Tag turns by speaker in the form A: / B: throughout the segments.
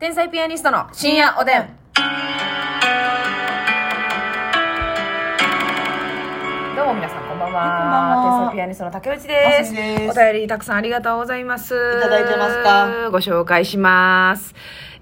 A: 天才ピアニストの深夜おでん。どうも皆さんこんばんは。
B: こんばんは
A: 天才ピアニストの竹内です。
B: ますみです
A: お便りたくさんありがとうございます。
B: いただいてますか
A: ご紹介します。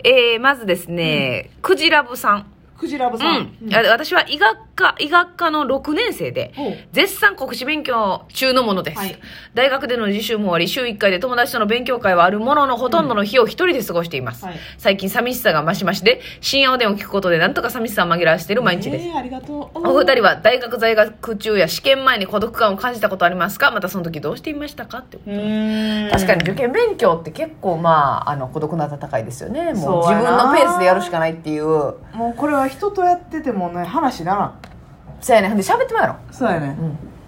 A: えー、まずですね、クジラブさん。
B: クジラブ
A: う
B: さん
A: ん。、あ私は医学科、医学科の6年生で
B: ほう、
A: 絶賛国試勉強中のものです。
B: はい
A: 大学での自習も終わり、週1回で友達との勉強会はあるものの、ほとんどの日を一人で過ごしています。
B: はい
A: 最近寂しさが増し増しで、深夜おでんを聞くことで、なんとか寂しさを紛らわしている毎日です。
B: えー、ありがとう。
A: お二人は大学在学中や試験前に孤独感を感じたことありますかまたその時どうしていましたかってこと
B: うーん
C: 確かに受験勉強って結構まああの孤独な戦いですよねもう
B: そう
C: 自
B: やな
C: 分のペースでやるしかないっていう
B: もうこれは人とやっててもね話なら
C: そうやねほんで喋ってもらうや
B: んそうやね
C: ろ、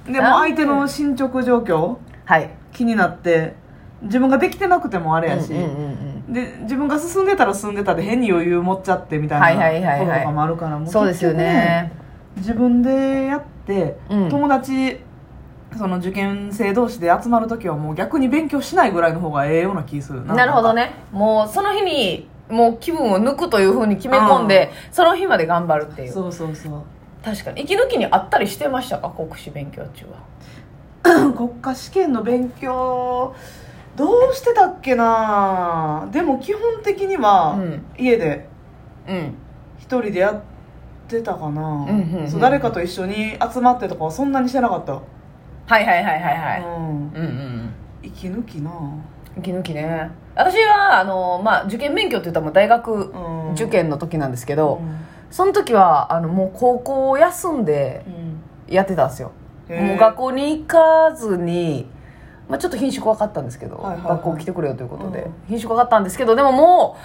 C: う、ん、
B: でも相手の進捗状況
C: はい
B: 気になって自分ができてなくてもあれやし、
C: うんうんうん
B: で自分が進んでたら進んでたで変に余裕持っちゃってみたい
C: はいはい
B: な
C: はい
B: こ
C: はい
B: ととかもあるから、
C: う
B: も
C: んそうですよね
B: 結局ね自分でやって、
C: うん
B: 友達その受験生同士で集まる時はもう逆に勉強しないぐらいの方がええような気する
C: なるほどねもうその日にもう気分を抜くというふうに決め込んで、その日まで頑張るっていう
B: そうそうそう
C: 確かに息抜きにあったりしてましたか国試勉強中は
B: 国家試験の勉強どうしてたっけなでも基本的には
C: うん
B: 家で
C: うん
B: 一人でやってたかな、
C: うんうんうん
B: そう誰かと一緒に集まってとかはそんなにしてなかった、
C: はいはいはいはいはい、
B: う
C: う
B: ん
C: んうんうん
B: 息抜きな
C: 息抜きね私はあの、まあ、受験勉強って言ったらもう大学
B: うん
C: 受験の時なんですけ
B: う
C: ど、
B: ん
C: その時はあのもう高校を休んでやってたんですよ、
B: へー
C: もう学校に行かずに、まあ、ちょっと品種怖かったんですけど、
B: はいはいはい
C: 学校来てくれよということで、
B: うん
C: 品種怖かったんですけどでもも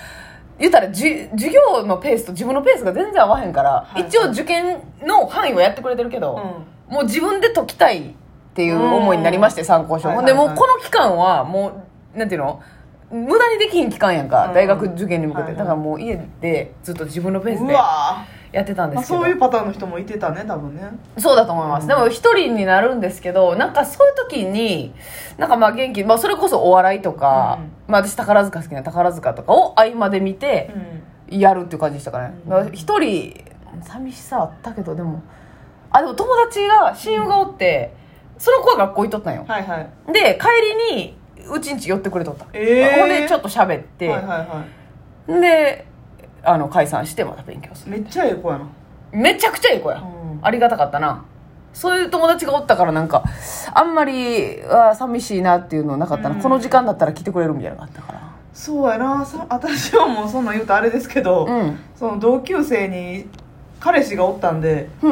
C: う言ったらじ授業のペースと自分のペースが全然合わへんから、
B: はいはい
C: 一応受験の範囲はやってくれてるけど、
B: う
C: もう自分で解きたいっていう思いになりまして、参考書。
B: はい
C: ほ
B: はい
C: ん
B: は
C: で、
B: い
C: もうこの期間は、もう、なんていうの無駄にできひん期間やん
B: う
C: か
B: ん。
C: 大学受験に向け
B: はい
C: て。
B: はい
C: だからもう家でずっと自分のペース
B: んう
C: で
B: わ
C: やってたん
B: ー、
C: で
B: まあ、
C: すけど
B: そう。いうパターンの人もいてたね多分ね
C: そうだと思いま
B: うん
C: す。でも一人になるんですけど、なんかそういう時に、なんかまあ元気、まあそれこそお笑いとか、まあ私宝塚好きな宝塚とかを合間で見てやるっていう感じでしたかね
B: う。ん
C: だから一人、寂しさあったけど、でも、あ、でも友達が、親友がおって、その子は学校行っとったんよ。
B: はいはい
C: で帰りにうちんち寄ってくれとった、
B: えー
C: ほんでちょっと喋って、
B: はいはいは
C: であの解散してまた勉強す
B: いめっちゃええ子やな、
C: るめちゃくちゃいい子や、
B: うん
C: ありがたかったなそういう友達がおったからなんかあんまりあー寂しいなっていうのなかったな、
B: うん
C: この時間だったら来てくれるみたいなのがあったから
B: そうやなさ私はもうそんなん言うとあれですけど、
C: うん
B: その同級生に彼氏がおったんで
C: うん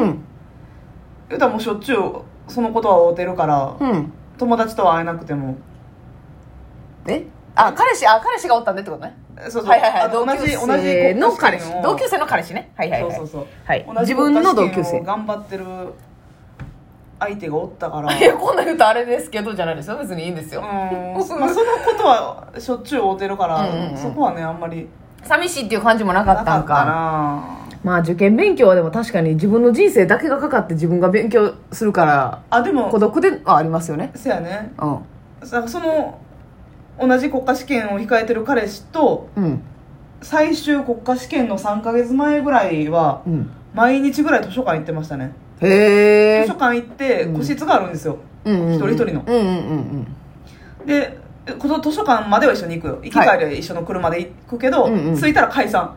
B: 言うたらもうしょっちゅうそのことは会うてるから、
C: うん
B: 友達とは会えなくても
C: えあ彼氏あ彼氏がおったんでってことね
B: そうそう、
C: はいはいは
B: あ
C: い
B: の
C: 同
B: 同
C: 級
B: じ同じ
C: 生の彼氏
B: 国家試験を
C: 同級生の彼氏ねはいはいはい
B: そうそうそう、
C: はい
B: 同じ
C: 自分の同級
B: 国家試験
C: 生
B: を頑張ってる相手がおっ たから
C: いやこんなん言うとあれですけどじゃないですよ別にいいんですよ、
B: うん、まあ、そのことはしょっちゅう会うてるから、
C: うんうんうん
B: そこはねあんまり
C: 寂しいっていう感じもなか
B: な
C: っ
B: かった
C: ん
B: た
C: か
B: な
C: まあ受験勉強はでも確かに自分の人生だけがかかって自分が勉強するから
B: あでも
C: 孤独ではありますよね
B: そやね
C: うん
B: さその同じ国家試験を控えてる彼氏と
C: うん
B: 最終国家試験の3か月前ぐらいは
C: うん
B: 毎日ぐらい図書館行ってましたね
C: へえ
B: 図書館行って
C: うん
B: 個室があるんですよ、
C: 一
B: 一人一人の
C: うんうんうん
B: でこの図書館までは一緒に行くよ行き帰りは一緒の車で行くけど、
C: うんうん
B: 着いたら解散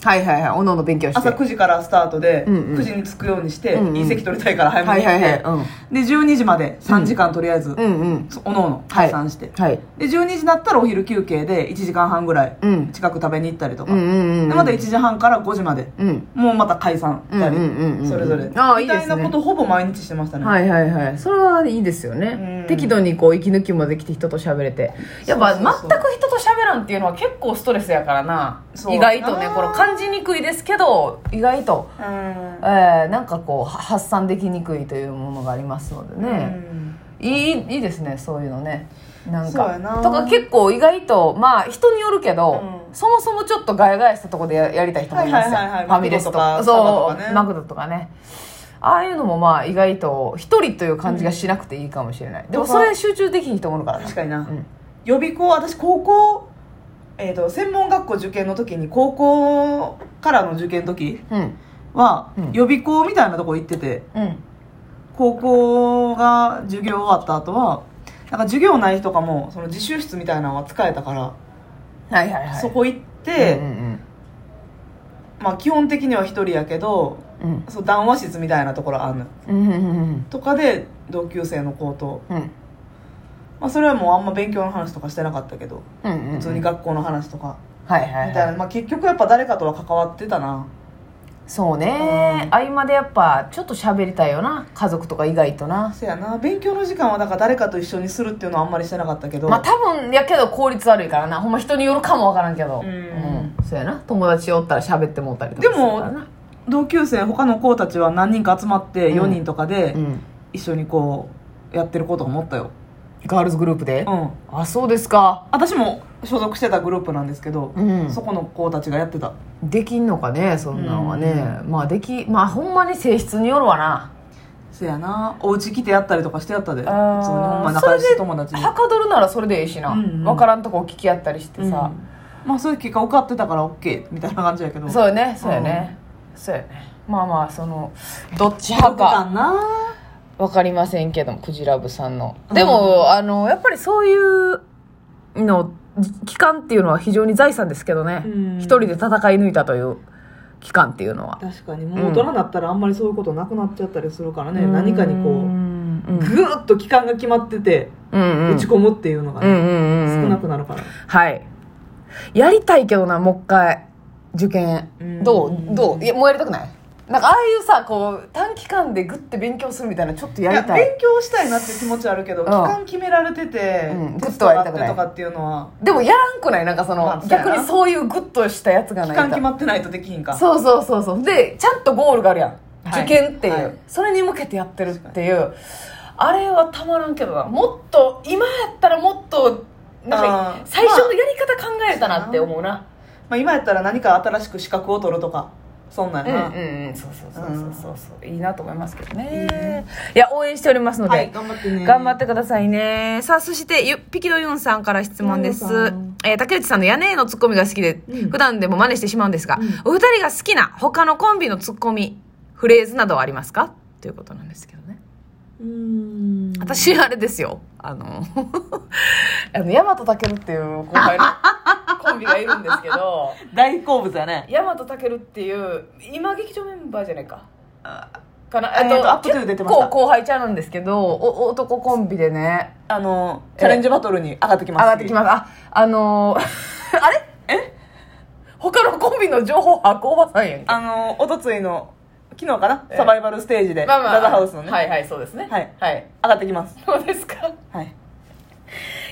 C: はいはいはいおのおの勉強して
B: 朝9時からスタートで、
C: うんうん
B: 9時に着くようにして、
C: うんうん
B: いい席取りたいから早め
C: は
B: に
C: い
B: 行
C: は
B: っ
C: い
B: て、
C: はいうん
B: で12時まで3時間とりあえず、
C: うんうん
B: おのおの解散して、
C: はい
B: で12時になったらお昼休憩で1時間半ぐらい
C: うん
B: 近く食べに行ったりとか、
C: うんうんうん
B: でまた1時半から5時まで
C: うん
B: もうまた解散したり、
C: うんうんうんうん
B: それぞれ
C: ああいい
B: み
C: で
B: たい
C: すね
B: なことほぼ毎日してましたね、
C: はいはいはいそれはいいですよね、
B: うん
C: 適度にこう息抜きもできて人と喋れてやっぱ
B: そうそうそう
C: 全く人と喋らんっていうのは結構ストレスやからな
B: そう
C: 意外とね
B: あー
C: この感じにくいですけど意外と、
B: うん
C: えーなんかこうは発散できにくいというものがありますのでね、いいいいですねそういうのねなん
B: そう
C: か
B: やな
C: とか結構意外とまあ人によるけど、
B: うん
C: そもそもちょっとガヤガヤしたとこでややりたい人もいますよ、
B: はいはいはいはい
C: ファミレスとか
B: マクドとかスタバ
C: そう
B: とかね
C: マクドとかねああいうのもまあ意外と一人という感じがしなくていいかもしれない、でもそれ集中できひん人もおるからな
B: 確かにな、
C: うん
B: 予備校私高校えー、と専門学校受験の時に高校からの受験の時
C: うん
B: は
C: うん
B: 予備校みたいなとこ行ってて
C: うん
B: 高校が授業終わった後はなんか授業ない日とかもその自習室みたいなのは使えたから、
C: はいはいはい
B: そこ行っ
C: で
B: て、
C: うん
B: まあ、基本的には一人やけど
C: うん
B: そう談話室みたいなところあんの
C: うんうんうん
B: とかで同級生の子と、
C: うんうん
B: まあ、それはもうあんま勉強の話とかしてなかったけど
C: うんうん
B: 普通に学校の話とか
C: はいはいはい
B: みたいな、まあ、結局やっぱ誰かとは関わってたな
C: そうね、
B: うん
C: 合間でやっぱちょっと喋りたいよな家族とか以外とな
B: そやな勉強の時間はだから誰かと一緒にするっていうのはあんまりしてなかったけど、
C: まあ多分やけど効率悪いからなほんま人によるかもわからんけど
B: うん
C: そうやな友達おったら喋ってもうたりとかするからな
B: 同級生他の子たちは何人か集まって
C: うん
B: 4人とかで
C: うん、
B: 一緒にこうやってること思ったよ、
C: ガールズグループで、
B: うん、
C: あそうですか
B: 私も所属してたグループなんですけど、
C: うん
B: そこの子たちがやってた
C: できんのかねそんなんはね、まあできまあほんまに性質によるわな
B: せやなお家来てやったりとかしてやったで普通に
C: あー
B: ほんま仲良し友達に
C: はかどるならそれでええしな、
B: う
C: わ
B: んうん
C: からんとこ聞き合ったりして
B: うん
C: さ、
B: まあそういう結果受かってたから OK みたいな感じやけど
C: そうよねそうよね、そうよねまあまあそのどっち派
B: どこ
C: か
B: かな
C: わかりませんけどもクジラブさんの
B: うん
C: でも、あのやっぱりそういうの期間っていうのは非常に財産ですけどね
B: うん
C: 一人で戦い抜いたという期間っていうのは
B: 確かにもう大人になったらあんまりそういうことなくなっちゃったりするからね、何かに
C: う
B: こうん
C: うん
B: ぐーっと期間が決まってて
C: うんうん
B: 打ち込むっていうのが、
C: うん
B: ね
C: うんうんうん
B: 少なくなるから、
C: はいやりたいけどなもう一回受験
B: うん
C: どうどういやもうやりたくないなんかああいうさこう短期間でグッて勉強するみたいなちょっとや
B: いや
C: りたい
B: 勉強したいなっていう気持ちはあるけど、
C: ん
B: 期間決められてて、
C: うん
B: テストがあ
C: グッとはや
B: って
C: りたくない
B: とかっていうのは
C: でもやらんくないなんかその、
B: まあそうやな
C: 逆にそういうグッとしたやつが
B: 期
C: ない
B: 間
C: と
B: 決まってないとできひんか
C: そうそうそうそうでちゃんとゴールがあるやん、
B: は
C: 受
B: い
C: 験っていう、
B: はい
C: それに向けてやってるっていうあれはたまらんけどなもっと今やったらもっとなん
B: あ
C: か
B: ー
C: 最初のやり方考えたなって思うな、
B: まあ、今やったら何か新しく資格を取るとかそんなんやな、
C: うんうんうんそうそうそうそうそう、いいなと思いますけどねいや応援しておりますので、
B: はい頑張ってね
C: 頑張ってくださいねさあそしてゆっぴきのユンさんから質問です
B: ユンさん、
C: えー竹内さんの屋根へのツッコミが好きで、
B: うん
C: 普段でも真似してしまうんですが、
B: うん
C: お二人が好きな他のコンビのツッコミフレーズなどはありますかということなんですけどね
B: うーん
C: 私あれですよあの あの大和健っていう後輩 のコンビがいるんですけど
B: 大好物やね
C: 大和健っていう今劇場メンバーじゃないかかなあ
B: えーとアップ
C: と
B: トゥー出
C: 結
B: てました
C: 構後輩ちゃんなんですけどお男コンビでね
B: あのチャレンジバトルに上がってき
C: 上
B: ます
C: がってきますああのー、 あれえ他のコンビの情報発行おばさんやんけ
B: あのおとついの昨日かな
C: ええ
B: サバイバルステージで、
C: まあまあ
B: ダダハウスのね、
C: はいはいそうですね
B: はい
C: はい
B: 上がってきます
C: そうですか
B: はい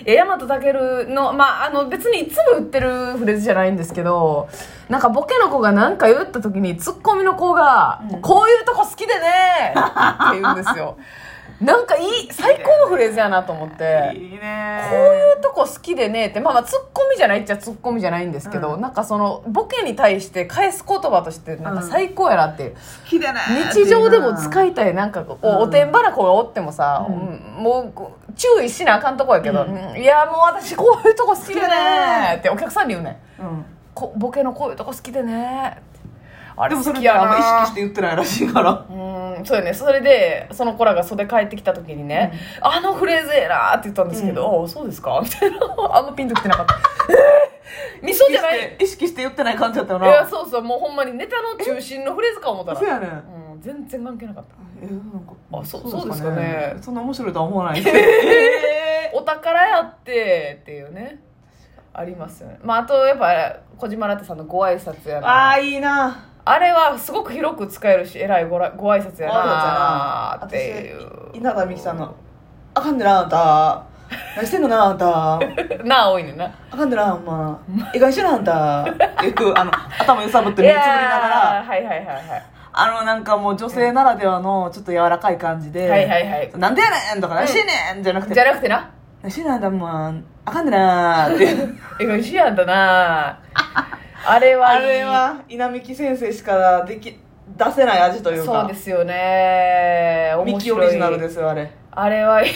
C: いや大和健のまああの別にいつも言ってるフレーズじゃないんですけどなんかボケの子が何か言った時にツッコミの子が、こういうとこ好きでね」って言うんです よなんかいい最高のフレーズやなと思って
B: いいね
C: こういうとこ好きでねってまあまあツッコミじゃないっちゃツッコミじゃないんですけど、
B: う
C: なんかそのボケに対して返す言葉としてなんか最高やなっていう、
B: 好きだね
C: 日常でも使
B: い
C: いたいなんかこう、
B: うん
C: おてんばな子がおってもさ、
B: うん
C: うんもうこう注意しなあかんとこやけど、
B: うん
C: うんいやもう私こういうとこ好きでねってお客さんに言うねん
B: うん
C: こボケのこういうとこ好きでねってあ
B: で
C: れ
B: も
C: 好
B: それっ
C: き
B: て
C: やな
B: あんま意識して言ってないらしいから
C: うんそうよねそれでその子らが袖帰ってきた時にね「あのフレーズええな」って言ったんですけど「ああそうですか?」みたいなあんまピンときてなか った「えー、味噌じゃない!」い
B: 意識して意識して言ってない感じだったよな
C: やそうそうもうほんまにネタの中心のフレーズか思った
B: そう
C: ら、
B: やね
C: うん、全然関係なかった
B: えなんか
C: あそうそうですかね
B: そんな面白いとは思わないえ
C: お宝やってっていうねありますよねまああとやっぱ小島ラテさんのご挨拶 や
B: ーあ
C: な
B: あいいな
C: あれはすごく広く使えるしえらいごらご挨拶やなーっていう
B: 私稲田美樹さんの「あかんでなあんた何してんのなあんた」
C: なあ多いねんな
B: あかんでな、ほんま。意外しなんだ。よく、あの、頭揺さぶって
C: い
B: 目つぶり
C: や
B: な
C: ー
B: がら、
C: はいはいはいはい
B: あの、なんかもう女性ならではの、ちょっと柔らかい感じで、
C: はいはいはい
B: なんでやねんとか、
C: ん
B: 何してんねんじゃなく
C: じゃ
B: て、
C: なくてな
B: 何してんなんだ、ほんま。あかんでなーって。
C: え美味しいやんだなあれは
B: あ
C: いい
B: れは、稲美木先生しかでき、出せない味というか。
C: そうですよね
B: ミ
C: 面
B: キ
C: 白い
B: オリジナルですよ、あれ。
C: あれはいい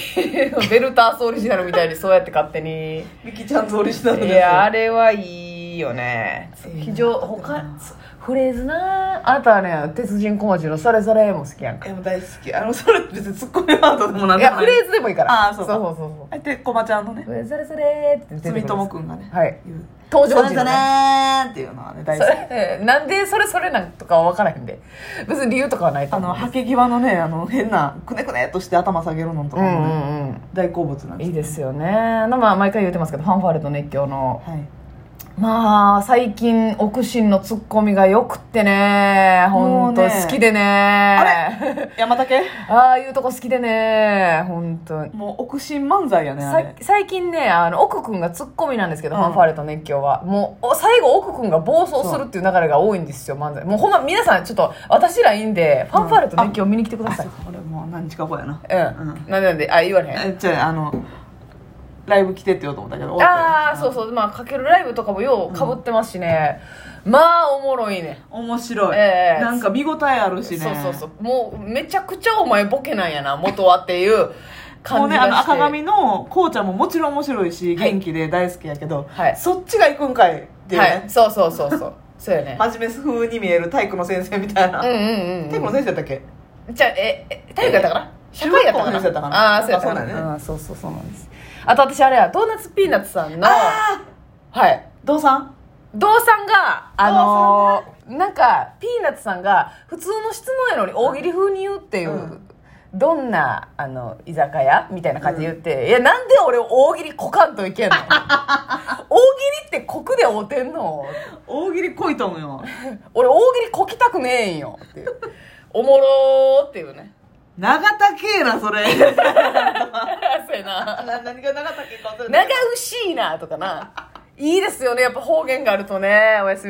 C: ベルタースオリジナルみたいにそうやって勝手に
B: ミキちゃんズオリジナル
C: い
B: ですよ。
C: やあれはいいよね
B: えー
C: 非常他つフレーズなあなたはね鉄人小町の「それそれ」も好きやんか
B: えもう大好きあのそれ別にツッコミワードでもなん
C: い
B: で
C: や
B: も
C: フ
B: ない
C: レーズでもいいから
B: あーそう
C: そ
B: か
C: うそうそう
B: あえてこまちゃんのね
C: それそれそれって出て
B: 住
C: くる
B: 友くんがね
C: はい
B: 言う
C: 登場
B: それ
C: 時
B: だ
C: のね
B: ねーっていうのはね大
C: そ
B: 好き
C: れなんでそれそれなんとかは分からへんで別に理由とかはないと
B: あ
C: 思
B: のはけ際のねあの変なくねくねっとして頭下げるのと
C: う
B: か
C: う
B: もね、
C: んうん
B: 大好物
C: う
B: なん
C: ん
B: です
C: いいですよねまあ毎回言ってますけどファンファーレと熱狂の
B: はい
C: まあ最近奥ンのツッコミがよくってね本当
B: もうね
C: 好きでね
B: 山竹
C: ああいうとこ好きでね本当に
B: もう奥心漫才やねあ
C: さ
B: れ
C: 最近ねあの奥君がツッコミなんですけど、
B: うん
C: ファンファーレと熱狂はもうお最後奥君が暴走するっていう流れが多いんですよ漫才もうほんま皆さんちょっと私らいいんでファンファーレと熱狂見に来てくだ
B: あ
C: さい、、
B: そううか俺もう何日か後やなんうん
C: なんでなんであ言われへん
B: えじゃああのライブ来てって言おうと思ったけど
C: ああそう
B: う
C: そうまあかけるライブとかもようかぶってますしね、まあおもろいね
B: 面白い、
C: ええ
B: なんか見応えあるしね
C: そうそうそうもうめちゃくちゃお前ボケなんやな元はっていう
B: もう
C: 感じ
B: ね
C: が
B: あ
C: して
B: の赤髪のこうちゃんももちろん面白いし
C: はい
B: 元気で大好きやけど、
C: はい
B: そっちが行くんかいっていう
C: は
B: ね、
C: いそうそうそうそうそうよね
B: 真面目風に見える体育の先生みたいな、
C: うん
B: 体
C: うん
B: 育の先生だったっけ
C: うんじゃあええ体育やったかな社会やったかな
B: 中学校の先生やったかな
C: ああそうやったか
B: あそうなん
C: な
B: や
C: あーそうそうそうなんですあと私あれやドーナツピーナッツさんの
B: あ
C: はい
B: どうさん
C: 堂さんがあのーなんかピーナッツさんが普通の質問やのに大喜利風に言うっていう、
B: うん
C: どんなあの居酒屋みたいな感じで言って、いやなんで俺大喜利こかんとい けんの大喜利ってこくで合うてんの
B: 大喜利こいとんよ
C: 俺大喜利こきたくねえんよっていうおもろーっていうね
B: 長田系なそれ
C: そうや な
B: な何が長田系か忘れた
C: 長牛いなとかないいですよねやっぱ方言があるとねおやすみ